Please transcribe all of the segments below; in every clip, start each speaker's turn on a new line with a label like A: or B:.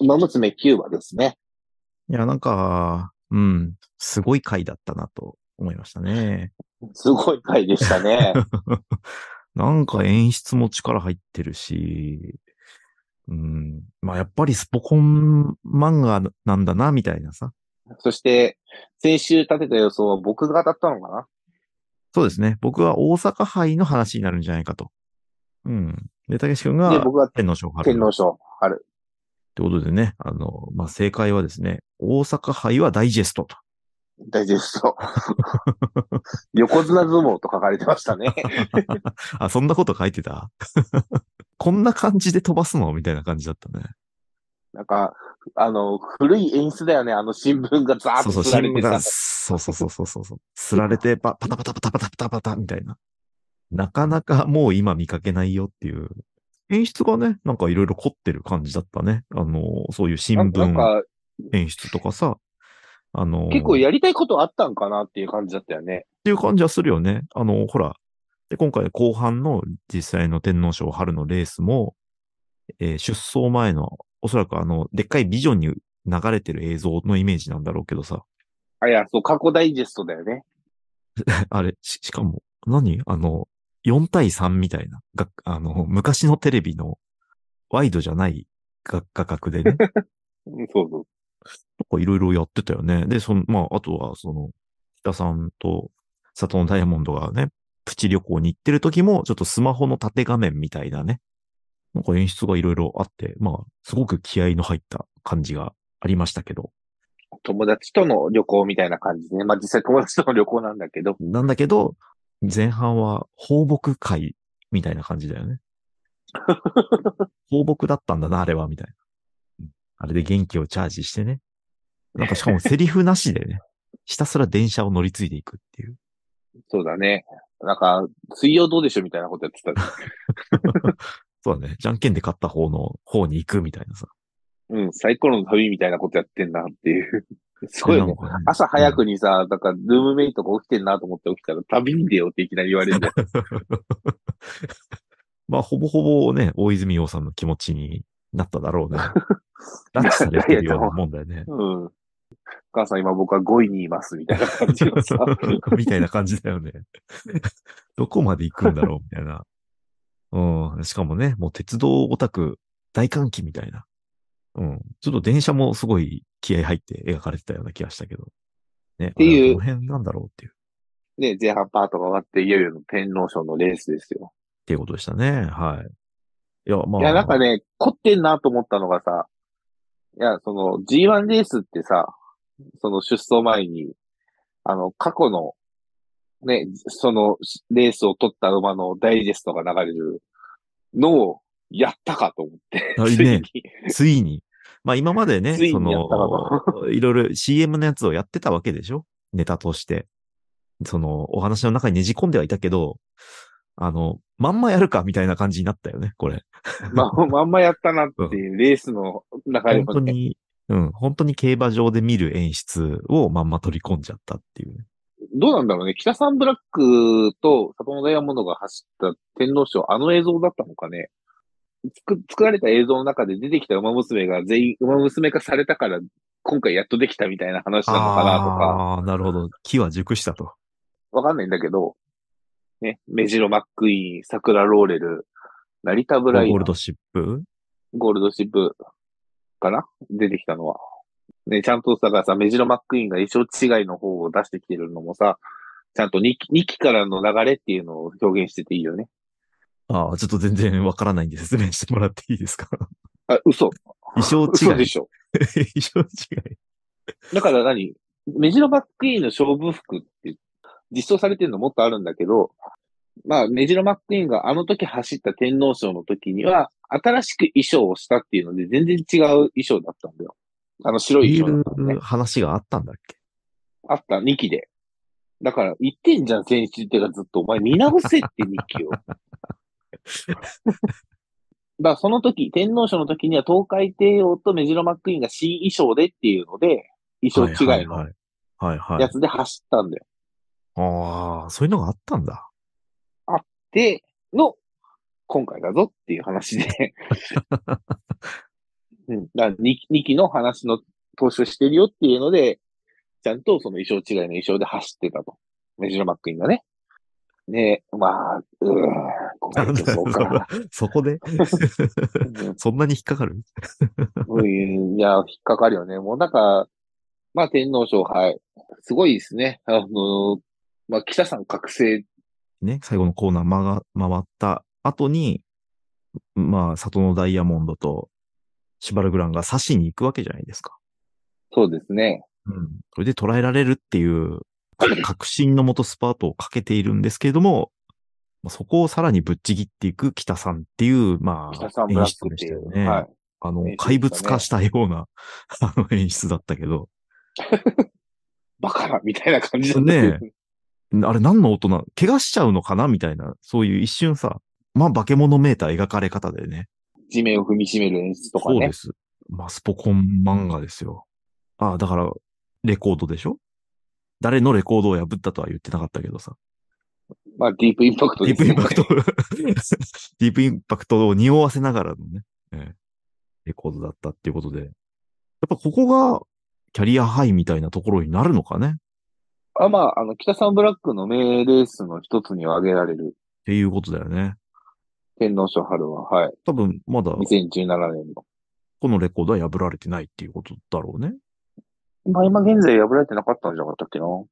A: 馬娘9話ですね。
B: いや、なんか、うん、すごい回だったなと思いましたね。
A: すごい回でしたね。
B: なんか演出も力入ってるし、うん、まあやっぱりスポコン漫画なんだな、みたいなさ。
A: そして、先週立てた予想は僕が当たったのかな
B: そうですね。僕は大阪杯の話になるんじゃないかと。うん。で、たけし君
A: で、
B: が
A: 僕が
B: 天皇賞春。
A: 天皇賞春。
B: ってことでね、あの、まあ、正解はですね、大阪杯はダイジェストと。
A: 大丈夫そう。 横綱相撲と書かれてました ね。
B: あ、そんなこと書いてた こんな感じで飛ばすのみたいな感じだったね。
A: なんか、あの、古い演出だよね。あの新聞がザーッ
B: そうそ
A: と
B: う、
A: すられ
B: 新
A: て
B: 聞
A: さ
B: が、。そうそうそうそうそうそう。すられ てパ、パタパタパタパタパタパタみたいな。なかなかもう今見かけないよっていう。演出がね、なんかいろいろ凝ってる感じだったね。あの、そういう新
A: なんかなん
B: 聞
A: か、
B: 演出とかさ。あの、
A: 結構やりたいことあったんかなっていう感じだったよね。
B: っていう感じはするよね。あの、ほら。で、今回後半の実際の天皇賞春のレースも、えー出走前の、おそらくあの、でっかいビジョンに流れてる映像のイメージなんだろうけどさ。
A: あ、いや、そう、過去ダイジェストだよね。
B: あれ、し、しかも、何あの、4対3みたいな、が、あの、昔のテレビのワイドじゃないが画角でね、なんか
A: うんそうそう。
B: いろいろやってたよね。で、その、まあ、あとは、その、北さんと佐藤のダイヤモンドがね、プチ旅行に行ってる時も、ちょっとスマホの縦画面みたいなね、なんか演出がいろいろあって、まあ、すごく気合いの入った感じがありましたけど、
A: 友達との旅行みたいな感じね。まあ、実際友達との旅行なんだけど、
B: なんだけど、前半は放牧会みたいな感じだよ ね。放牧だったんだな、あれは、みたいな。あれで元気をチャージしてね。なんかしかもセリフなしで ね、ひたすら電車を乗り継いでいくっていう。
A: そうだね。なんか、水曜どうでしょうみたいなことやって た。
B: そうだね。じゃんけんで勝った方の方に行くみたいなさ。
A: うん、サイコロの旅みたいなことやってんなって いう。すごいよね。
B: なんかね
A: 朝早くにさ、なんか、ルームメイトが起きてんなと思って起きたら、旅に出ようっていきなり言われ るんだよ。
B: まあ、ほぼほぼね、大泉洋さんの気持ちになっただろ うね。拉致されてるようなもんだよね。
A: うん。お母さん今僕は5位にいますみたいな感じ のさ。
B: みたいな感じだよね。 どこまで行くんだろうみたいな。うん。しかもね、もう鉄道オタク大歓喜みたいな。うん。ちょっと電車もすごい気合入って描かれてたような気がしたけど。ね。
A: ていう
B: この辺なんだろうっていう。
A: で、
B: っ
A: 前半パートが終わって、いよいよの天皇賞のレースですよ。
B: ていうことでしたね。はい。いや、まあ。
A: いや、なんかね、凝ってんなと思ったのがさ、いや、その G1 レースってさ、その出走前に、あの、過去の、ね、そのレースを取った馬のダイジェストが流れるのをやったかと思って。
B: あい い
A: つい
B: ね
A: に
B: ついに。まあ今まで ね、
A: つい
B: そ
A: にやったか
B: の、いろいろ CM のやつをやってたわけでしょネタとして。その、お話の中にねじ込んではいたけど、あの、まんまやるかみたいな感じになったよね、これ。
A: まあ、まんまやったなっていう、レースの中で
B: 本
A: も
B: 当
A: ね、
B: に、うん、本当に競馬場で見る演出をまんま取り込んじゃったっていうね。
A: どうなんだろうね。北サンブラックとサトノダイヤモンドが走った天皇賞、あの映像だったのかね。作作られた映像の中で出てきた馬娘が全員馬娘化されたから、今回やっとできたみたいな話なのかなとか、
B: ああー、なるほど。木は熟したと。
A: わかんないんだけど、ね、メジロ・マックイーン、桜ローレル、成田ブ
B: ゴ
A: ライアン
B: ールドシップ
A: ゴールドシップかな出てきたのは。ね、ちゃんとさ、さ、メジロマックイーンが衣装違いの方を出してきてるのもさ、ちゃんと 2, 二期からの流れっていうのを表現してていいよね。
B: ああ、ちょっと全然わからないんで説明してもらっていいで すか
A: あ、嘘。
B: 衣装
A: 嘘
B: 違
A: で
B: い。
A: しょ。
B: 衣装違い。
A: だから何メジロマックイーンの勝負服って実装されてるのもっとあるんだけど、まあ、メジロマックイーンがあの時走った天皇賞の時には、新しく衣装をしたっていうので、全然違う衣装だったんだよ。あの白い
B: い
A: 衣装だったのね
B: う。話があったんだっけ
A: あった、2期で。だから、言ってんじゃん、選手ってかずっと。お前見直せって2期を。だ からその時、天皇賞の時には東海帝王とメジロマックイーンが新衣装でっていうので、衣装違いの
B: はいはいはい。はいは
A: や
B: い、
A: つで走ったんだよ。
B: ああ、そういうのがあったんだ。
A: で、の、今回だぞっていう話で。うん。だから2、二期の話の投資をしてるよっていうので、ちゃんとその衣装違いの衣装で走ってたと。メジロマックインがね。ねまあ、うーん、ごめんちょっとそうか
B: そこでそんなに引っかかる
A: うん、いや、引っかかるよね。もうなんか、まあ天皇賞杯、すごいですね。あの、まあ記者さん覚醒、
B: ね、最後のコーナー回が回った後に、まあ、里のダイヤモンドとシバルグランが刺しに行くわけじゃないですか。
A: そうですね。
B: うん。それで捉えられるっ ていう、確信のもとスパートをかけているんですけれども、まあそこをさらにぶっちぎっていく北さんっていう、ま
A: 北さ
B: あ
A: ん、ブラ
B: 演
A: ッ
B: 出
A: クっ
B: で
A: てい
B: したよ
A: う。
B: ね。
A: はい。
B: あの
A: 演出でしたね、
B: 怪物化したような、 あの演出だったけど、
A: バカな、みたいな感じだったけど
B: ねあれ何の音な、怪我しちゃうのかなみたいな、そういう一瞬さ、まあ化け物めいた描かれ方でね。
A: 地面を踏みしめる演出とか
B: そう
A: ね
B: で。す。マスポコン漫画ですよ。ああ、だから、レコードでしょ誰のレコードを破ったとは言ってなかったけどさ。
A: まあディープインパクト
B: ディ
A: で
B: ー
A: す
B: プ
A: ね。
B: インパクト、 ディープインパクトを匂わせながらのね、ええレコードだったっていうことで。やっぱここが、キャリアハイみたいなところになるのかねっ
A: あ、まあ、あの、北さんブラックの名レースの一つには挙げられる
B: ていうことだよね。
A: 天皇賞春は、はい。
B: 多分、まだ、こ
A: 2017年の。
B: のレコードは破られてないっていうことだろうね。
A: まあ、今現在破られてなかったんじゃなかったっけな。も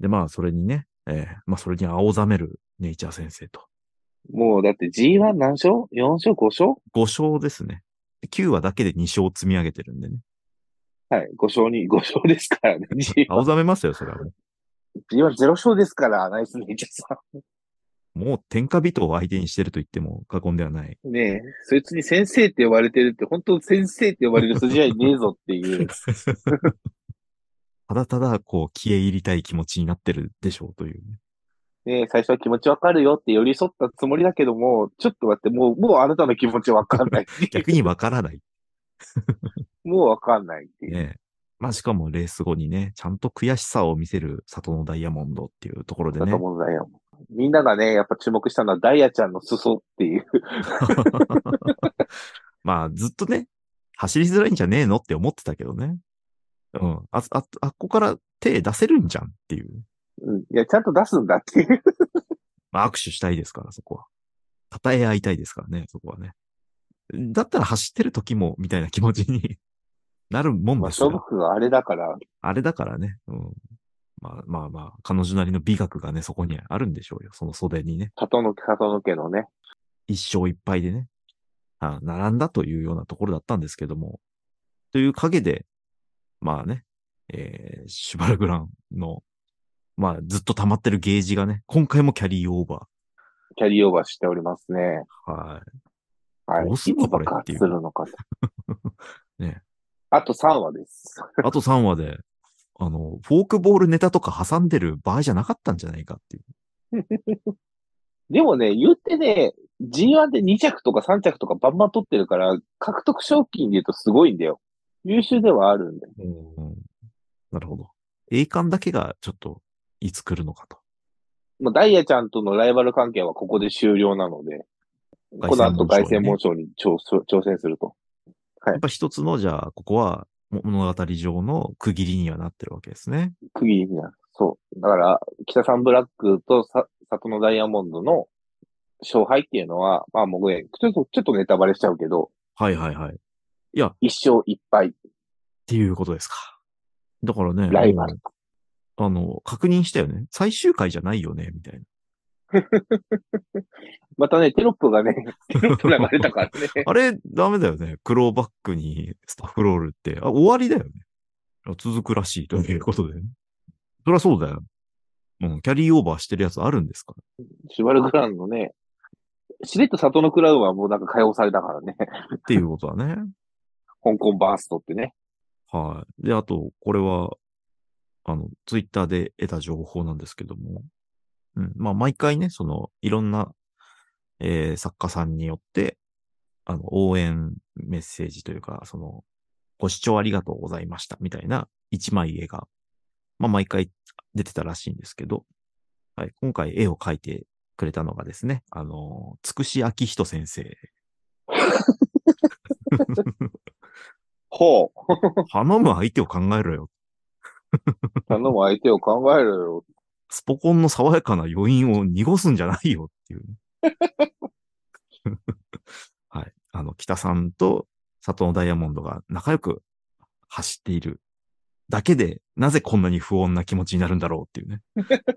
B: で、まあ、それにね、ええまあ、それに青ざめるネイチャー先生と。
A: う、だって G1 何勝 ?4 勝 ?5 勝
B: 5勝ですね。9話だけで2勝積み上げてるんでね。
A: はい。5勝に、5勝 です からね。G1、
B: 青ざめますよ、それはも
A: G10 勝ですから、ナイスネイチャーさ
B: う。もう天下人を相手にしてると言っても過言ではない。
A: ん。ねえ、そいつに先生って呼ばれてるって、本当先生って呼ばれる筋合いねえぞっていう。
B: ただただ、こう、消え入りたい気持ちになってるでしょうという、ね。
A: ねえ、最初は気持ちわかるよって寄り添ったつもりだけども、ちょっと待って、もう、もうあなたの気持ちわかん ない。
B: 逆にわからない。
A: もうわかんないっていう。
B: ね。まあ、しかもレース後にね、ちゃんと悔しさを見せる里のダイヤモンドっていうところで
A: だ
B: ね
A: と。思うんだよ。みんながね、やっぱ注目したのはダイヤちゃんの裾っていう。
B: まあ、ずっとね、走りづらいんじゃねえのって思ってたけどね。うん。あ、あ、あっこから手出せるんじゃんっていう。
A: うん。いや、ちゃんと出すんだっていう。
B: まあ、握手したいですから、そこは。称え合いたいですからね、そこはね。だったら走ってる時も、みたいな気持ちに なるもん
A: まあ、
B: です
A: 勝
B: よ。
A: 負服があれだから、
B: あれだからね。うん。まあまあまあ、彼女なりの美学がね、そこにあるんでしょうよ。その袖にね。
A: 里の、里の家のね。
B: 一生いっぱいでね。あ並んだというようなところだったんですけども。という陰で、まあね、えー、シュバルグランの、まあ、ずっと溜まってるゲージがね、今回もキャリーオーバ
A: キャリーオーバーしておりますね。
B: ー。はい。
A: はい。
B: どうすんの
A: いつ
B: これ
A: 爆
B: っ
A: 発
B: ていう
A: するのかと。
B: ね。
A: あと3話です。
B: あと3話で、あの、フォークボールネタとか挟んでる場合じゃなかったんじゃないかっていう。
A: でもね、言ってね、G1 で2着とか3着とかバンバン取ってるから、獲得賞金で言うとすごいんだよ。優秀ではあるんだよ。
B: うんなるほど。栄冠だけがちょっと、いつ来るのかと。
A: まあ、ダイヤちゃんとのライバル関係はここで終了なので、この後凱
B: 凱
A: 旋
B: 旋門賞にね
A: 門賞に挑挑戦すると。
B: やっぱ一つの、じゃあ、ここはも物語上の区切りにはなってるわけですね。
A: 区切りになる。そう。だから、北三ブラックとさ里のダイヤモンドの勝敗っていうのは、まあもうね、ちょっと、ちょっとネタバレしちゃうけど、
B: はいはいはい。っ
A: 一勝一敗、
B: ていうことですか。だからね。
A: ライバル。
B: あの、確認したよね。最終回じゃないよね、みたいな。
A: またね、テロップがね、 テロップ流れたからね。
B: あれ、ダメだよね。クローバックにスタッフロールって。あ、終わりだよね。あ続くらしいということでね。そりゃそうだよ。うん、キャリーオーバーしてるやつあるんですから。
A: シュバルグランのね、しれっと里のクラウンはもうなんか解放されたからね。
B: っていうことだね。
A: 香港バーストってね。
B: はい。で、あと、これは、あの、ツイッターで得た情報なんですけども、うん。まあ、毎回ね、その、いろんな、えー作家さんによって、あの、応援メッセージというか、その、ご視聴ありがとうございました、みたいな一枚絵が、まあ、毎回出てたらしいんですけど、はい。今回絵を描いてくれたのがですね、あの、つくしあきひと先生。
A: ほう。
B: 頼む相手を考えろよ。
A: 頼む相手を考えろよ。
B: スポコンの爽やかな余韻を濁すんじゃないよっていう、ね。 はい。あの、北さんと佐藤のダイヤモンドが仲良く走っているだけで、なぜこんなに不穏な気持ちになるんだろうっていうね。
A: だか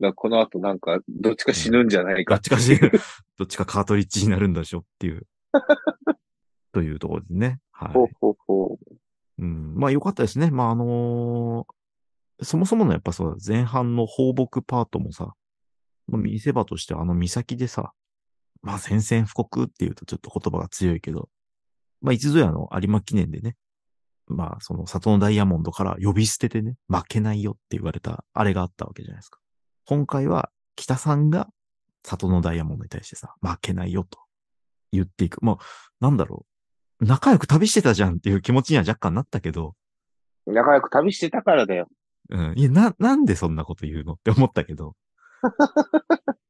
A: らこの後なんか、どっちか死ぬんじゃないか
B: ガッ
A: って
B: チガチで、どっちかカートリッジになるんだでしょっていう。というところですね。はい。
A: ほうほうほう。
B: うん、まあ良かったですね。まああのーそもそものやっぱそうだ、前半の放牧パートもさ、まあ見せ場としてはあの岬でさ、まあ宣戦布告っていうとちょっと言葉が強いけど、まあいつぞやの有馬記念でね、まあその里のダイヤモンドから呼び捨ててね、負けないよって言われたあれがあったわけじゃないですか。今回は北さんが里のダイヤモンドに対してさ、負けないよと言っていく。まあなんだろう。仲良く旅してたじゃんっていう気持ちには若干なったけど、
A: 仲良く旅してたからだよ。
B: うん。いや、な、なんでそんなこと言うのって思ったけど。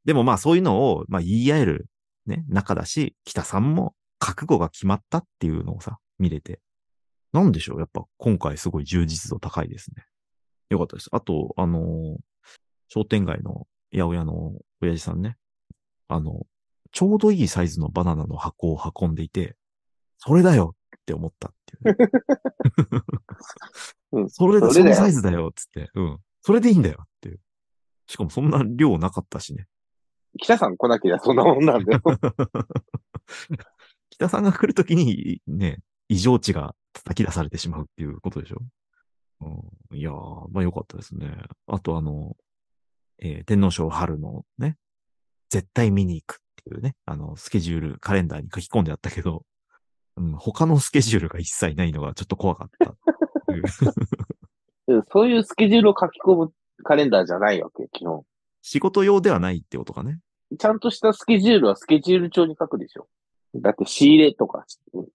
B: でもまあそういうのを、まあ言い合える、ね、仲だし、北さんも覚悟が決まったっていうのをさ、見れて。なんでしょうやっぱ今回すごい充実度高いですね。よかったです。あと、あのー商店街の八百屋の親父さんね。あの、ちょうどいいサイズのバナナの箱を運んでいて、それだよって思ったっていうね、
A: うん
B: それだ、
A: そ
B: そ
A: れだよ
B: のサイズだよっつって。うん。それでいいんだよっていう。しかもそんな量なかったしね。
A: 北さん来なきゃそんなもんなんだよ。
B: 北さんが来るときに、ね、異常値が叩き出されてしまうっていうことでしょ。うん、いやー、まあ良かったですね。あとあの、えー天皇賞春のね、絶対見に行くっていうね、あの、スケジュール、カレンダーに書き込んであったけど、うん、他のスケジュールが一切ないのがちょっと怖かったって いう。
A: うんそういうスケジュールを書き込むカレンダーじゃないわけ、基本。
B: 仕事用ではないってことかね。
A: ちゃんとしたスケジュールはスケジュール帳に書くでしょ。だって仕入れとか、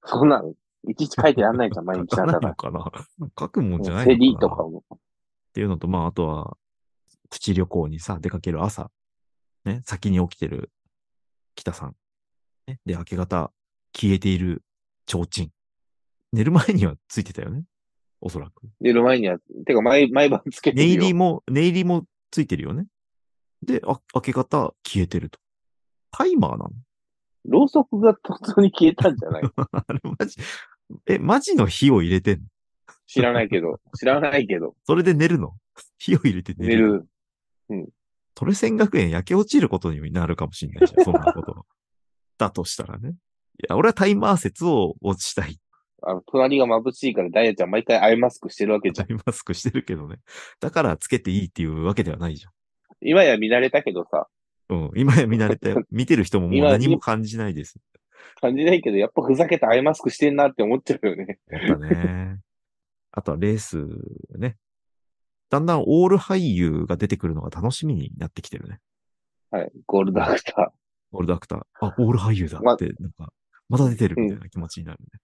A: そんなの、いちいち書いてやんないじゃん、毎
B: 書
A: 日
B: か
A: だ
B: ない
A: か
B: のかな。書くもんじゃな
A: ら。
B: いのか
A: セ
B: な。
A: リとかも。
B: っていうのと、まあ、あとは、プチ旅行にさ、出かける朝、ね、先に起きてる北さん。ね、で、明け方、消えている提灯。寝る前にはついてたよね。おそらく。
A: 寝る前には、てか毎、毎晩つけて
B: 寝
A: るよ。
B: 入りも、寝入りもついてるよね。で、あ明け方、消えてると。タイマーなの
A: ろうそくが突然に消えたんじゃない
B: あれ、マジ、え、マジの火を入れてんの
A: 知らないけど。知らないけど。
B: それで寝るの火を入れて寝
A: 寝
B: る。
A: る。
B: トレセン学園焼け落ちることになるかもしれな いじゃん、そんなこと。だとしたらね。いや、俺はタイマー説を落ちたい。
A: あの、隣が眩しいからダイヤちゃん毎回アイマスクしてるわけじ
B: タ
A: ゃん。
B: イマスクしてるけどね。だからつけていいっていうわけではないじ
A: 今や見慣れたけどさ、
B: ゃん。うん。今や見慣れ たよ。見てる人ももう
A: 今
B: 何も感じないです。
A: 感じないけど、やっぱふざけたアイマスクしてんなって思っちゃうよね。
B: や っぱね。あとはレースね。だんだんオール俳優が出てくるのが楽しみになってきてるね。
A: はい。ゴールドアクタ
B: オールドアクター。あ、オール俳優だ
A: ま
B: って、なんか、また出てるみたいな気持ちになるね。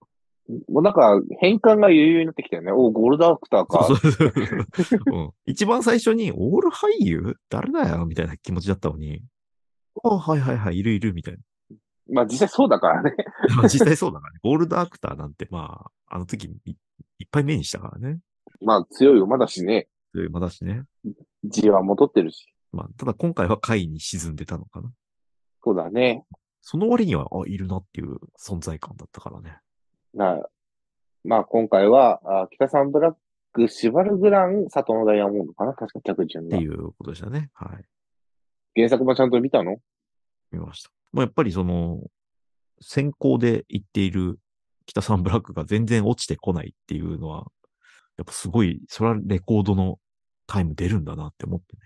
A: ー。もうなんか、変換が余裕になってきたよね。おうゴールドアクターか。
B: そうそうそうそううん一番最初に、オール俳優誰だよみたいな気持ちだったのに、あはいはいはい、いるいる、みたい
A: まあ実際そうだからね。
B: な。 まあ実際そうだからね。 ゴールドアクターなんて、まあ、あの時い、いっぱい目にしたからね。
A: まあ強い馬だしね。
B: というまだしね。
A: G1 も取ってるし。
B: まあ、ただ今回は下位に沈んでたのかな。
A: そうだね。
B: その割には、あ、いるなっていう存在感だったからね。
A: なまあ今回は、あ北さんブラック、シバルグラン、佐藤のダイヤモンドかな確か着順
B: って
A: が。
B: いうことでしたね。はい。
A: 原作もちゃんと見たの
B: 見ました。まあ、やっぱりその、先行で行っている北さんブラックが全然落ちてこないっていうのは、やっぱすごい、それはレコードのタイム出るんだなって思って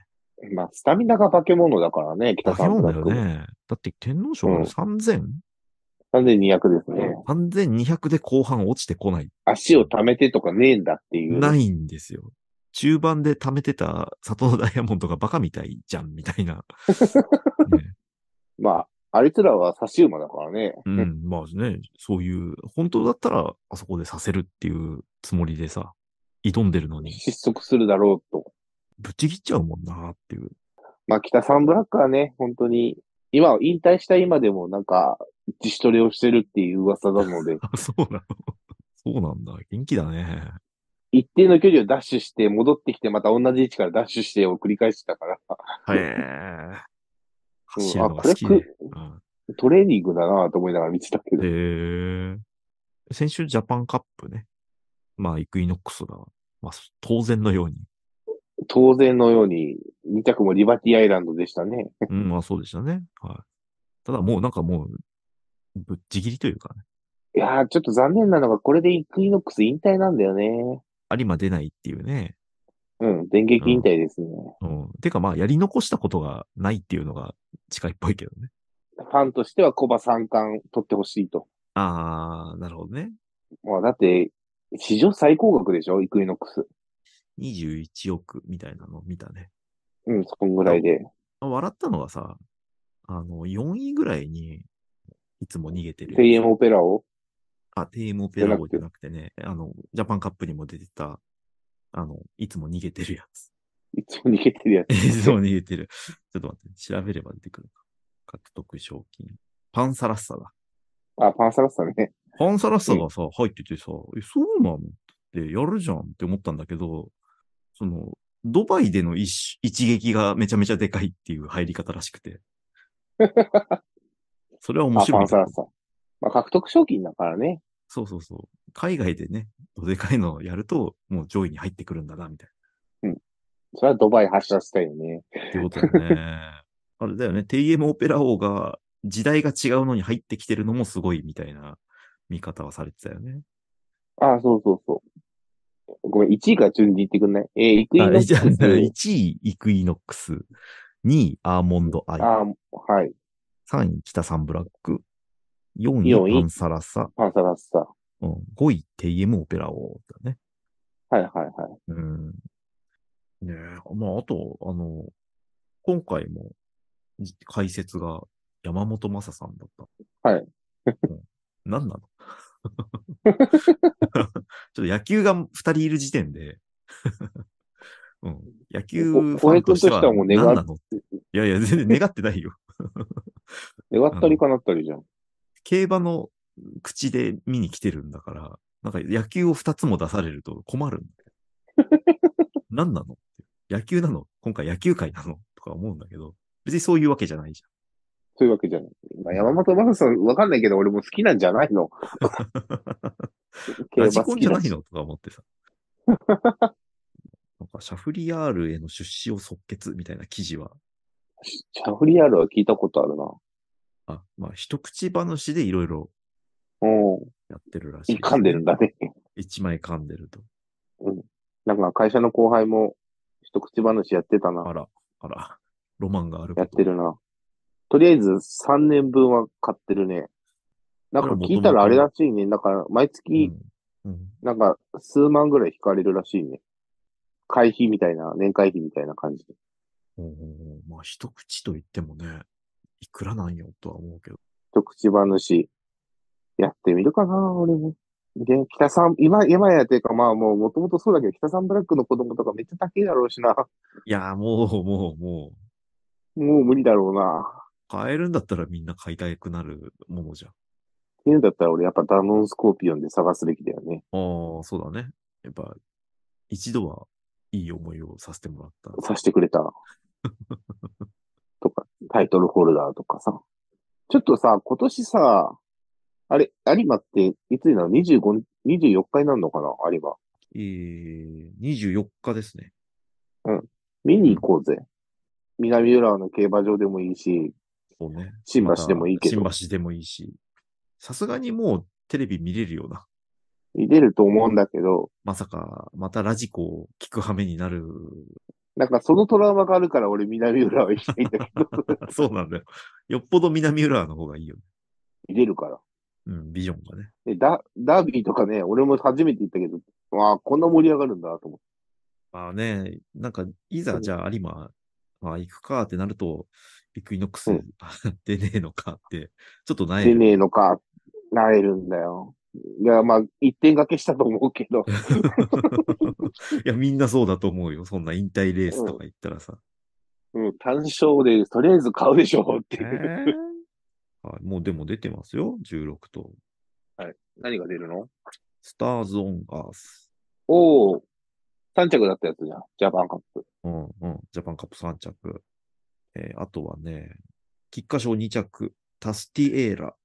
B: ね。
A: まあスタミナが化け物だからね、北
B: 化け
A: さんブ
B: 物
A: ラ
B: だ
A: ッ
B: よ
A: クも。
B: ね。だって天皇賞が 3000?、
A: 3200ですね。
B: 3200で後半落ちてこない。
A: 足を溜めてとかねえんだっていう。
B: ないんですよ。中盤で貯めてた里のダイヤモンドがバカみたいじゃん、みた いな。ね
A: まあ、あいつらは差し馬だからね。
B: うん、まあね、そういう、本当だったらあそこでさせるっていうつもりでさ、挑んでるのに、
A: 失速するだろうと。
B: ぶっちぎっちゃうもんなっていう。
A: まあ、北サンブラックはね、本当に、今は引
B: 、
A: 退した今でもなんか、自主トレをしてるっていう噂なので
B: あ、そうなの。そうなんだ。元気だね。
A: 一定の距離をダッシュして、戻ってきて、また同じ位置からダッシュしてを繰り返してたから、
B: はい。走るのが好き、
A: あこれ
B: ね
A: く
B: うん
A: トレーニングだなと思いながら見てたけど。
B: へえ。先週ジャパンカップね。まあ、イクイノックスが、まあ、当然 のように。
A: 当然のように、2着もリバティアイランドでしたね。
B: うん、まあそうでしたね。はい。ただもうなんかもう、ぶっちぎりというかね。
A: いやー、ちょっと残念なのが、これでイクイノックス引退なんだよね。
B: 有馬出ないっていうね。
A: うん、電撃引退ですね。
B: うん。てかまあ、やり残したことがないっていうのが近いっぽいけどね。
A: ファンとしてはコバ3冠取ってほしいと。
B: あー、なるほどね。
A: まあ、だって、史上最高額でしょイクイノックス。
B: 21億みたいなの見たね。
A: うん、そんぐらいで。
B: 笑ったのがさ、あの、4位ぐらいに、いつも逃げてる。
A: 声援オペラを。
B: あ、テームオペラ号じゃなくてね、あの、ジャパンカップにも出てた、あの、いつも逃げてるやつ。
A: いつも逃げてるやつ。
B: いつも逃げてる。ちょっと待って、調べれば出てくるか。獲得賞金。パンサラッサだ。
A: あ、パンサラッサね。
B: パンサラッサがさ、入っててさ、え、そうなのってやるじゃんって思ったんだけど、その、ドバイでの一種一撃がめちゃめちゃでかいっていう入り方らしくて。それは面
A: あ、パ
B: 白いな。
A: ンサラッサ。まあ、獲得賞金だからね。
B: そうそうそう。海外でね、どでかいのをやると、もう上位に入ってくるんだな、みたいな。
A: それはドバイ発射したいよね。
B: ってことだね。あれだよね、TM オペラ王が時代が違うのに入ってきてるのもすごいみたいな見方はされてたよね。
A: あ、そうそうそう。ごめん、1位から順に言ってくんないえーイクイノ
B: あ
A: ック
B: じゃあ
A: ス。
B: 1位、イクイノックス。2位、アーモンドアイ。
A: あはい。
B: 3位、北サンブラック。4
A: 四
B: 位、
A: 位
B: パンサラサ。
A: パンサラッサ。
B: うん、5位、TM オペラ王だね。
A: はいはいはい。
B: うん。ねえ、まあ、あと、あの、今回もじ解説が山本正さんだった。
A: はい
B: うん。何なの ちょっと野球が2人いる時点で、うん、野球
A: こ
B: ファンとして
A: 小江君とし
B: は
A: てはもう願っ
B: 何なのっていやいや、全然願ってないよ。
A: 願ったりかなったりじゃん。
B: 競馬の口で見に来てるんだから、なんか野球を2つも出されると困るん だよ。何なの野球なの今回野球界なのとか思うんだけど、別にそういうわけじゃないじ
A: そういうわけじゃない。まあ、山本正さん、わかんないけど、俺も好きなんじゃないの
B: ゃん。
A: 競
B: ラ
A: 馬
B: ジ
A: 好
B: コン
A: き
B: じゃ
A: だ
B: な
A: し
B: いのとか思ってさ。 なんかシャフリヤールへの出資を即決みたいな記事は、
A: シャフリヤールは聞いたことあるな。
B: あまあ、一口話でいろいろ
A: うん。
B: やってるらしい。
A: 噛んでるんだね。
B: 一枚噛んでると。
A: なんか会社の後輩も一口話やってたな
B: あ。ら、あら、ロマンがあること。
A: やってるな。とりあえず3年分は買ってるね。なんか聞いたらあれらしいね。なんか毎月、
B: うん。うん
A: なんか数万ぐらい引かれるらしいね。会費みたいな、年会費みたいな感じで。
B: おーまあ、一口と言ってもね、いくらなんよとは思うけど。
A: 一口話、やってみるかな、俺も。で、北さん、今、今やってるか、まあもう、もともとそうだけど、北さんブラックの子供とかめっちゃ高いだろうしな。
B: いやー、もう、もう、もう、
A: もう無理だろうな。
B: 買えるんだったらみんな買いたくなるものじゃん。
A: っていうんだったら俺やっぱダノンスコーピオンで探すべきだよね。
B: ああ、そうだね。やっぱ、一度はいい思いをさせてもらった。
A: さしてくれた。とか、タイトルホルダーとかさ。ちょっとさ、今年さ、あれ、有馬っていつになる ?25、24日になるのかな有馬。
B: えー、24日ですね。
A: 見に行こうぜ。南浦和の競馬場でもいいし、
B: そうね。
A: 新橋でもいいけど
B: また新橋でもいいし。さすがにもうテレビ見れるような。
A: 入れると思うんだけど、
B: まさか、またラジコを聞く羽目になる。
A: なんかそのトラウマがあるから俺南浦和行きたいんだけど、
B: そうなんだよ。よっぽど南浦和の方がいいよね。
A: 入れるから。
B: うん、ビジョンがね。
A: でダダービーとかね、俺も初めて行ったけど、わあ、こんな盛り上がるんだなと思って。
B: まあね、なんか、いざ、じゃあ、有馬、まあ、行くかってなると、ビッグイノックス
A: うん
B: 出ねえのかって、ちょっとない。
A: 出ねえのか、なれるんだよ。いや、まあ、一点掛けしたと思うけど、
B: いや、みんなそうだと思うよ。そんな引退レースとか言った らさ。
A: うん、単勝で、とりあえず買うでしょうって
B: え
A: いう。
B: はい、もうでも出てますよ、16と。
A: 何が出るの
B: スターズ・オン・アース。
A: おー。3着だったやつじゃん。ジャパンカップ。
B: うんうん。ジャパンカップ3着。えーあとはね、菊花賞2着、タスティエーラ。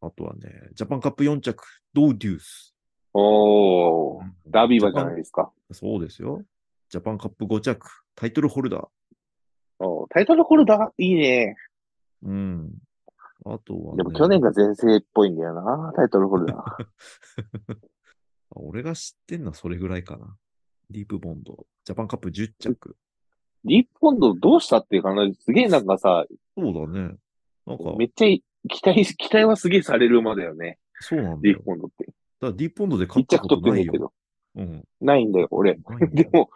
B: あとはね、ジャパンカップ4着、ドーデュース。
A: おー。ダービー馬じゃない
B: い
A: ですか。
B: そうですよ。ジャパンカップ5着、タイトルホルダー。
A: おータイトルホルダー、いいね。
B: うん。あとは、ね、
A: でも去年が全盛っぽいんだよな、タイトルホルダー。
B: 俺が知ってんのはそれぐらいかな。ディープボンド。ジャパンカップ10着。
A: リッポンドどうしたっていう感じ、すげえなんかさ、
B: そうだね。なんか、
A: めっちゃい期待、期待はすげえされる馬だよね。
B: そうなんだ
A: リ
B: よ
A: ッ。ポンドって。
B: だからディープボンドで勝
A: 一
B: った
A: 着
B: こ
A: 取って
B: と
A: ん
B: な
A: だ
B: い
A: け
B: よ。
A: ど。
B: うん。
A: ないんだよ、俺。
B: ないんだ
A: で
B: よ
A: も、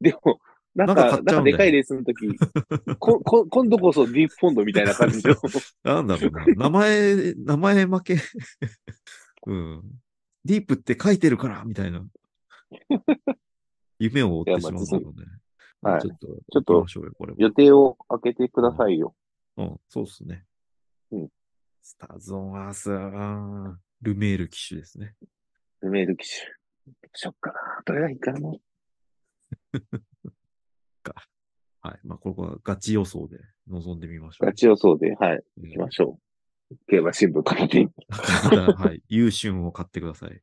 A: でも、なんか、
B: なん
A: な
B: か買
A: ん
B: っちゃ
A: か
B: うんだ
A: で
B: よ
A: かいレースの時、 こ、こ、今度こそディープポンドみたいな感じの。
B: なんだろうな。名前、名前負け。 うん。ディープって書いてるから、み たいな。夢を追ってしまうんだろうね。
A: まあ
B: ち
A: ち
B: ょっと、
A: ちょっと
B: 行きましょうよ、これ も
A: 予定を開けてくださいよ。
B: うん、そうですね。
A: うん。
B: スターズオンアース、うんルメール騎手ですね。
A: ルメール騎手。どうしよっかな。どれがいいかな。
B: はい。まあ、ここはガチ予想で臨んでみましょう。
A: ガチ予想で、はい、
B: うん
A: 行きましょう。競馬新聞片手に。
B: またはい。優春を買ってください。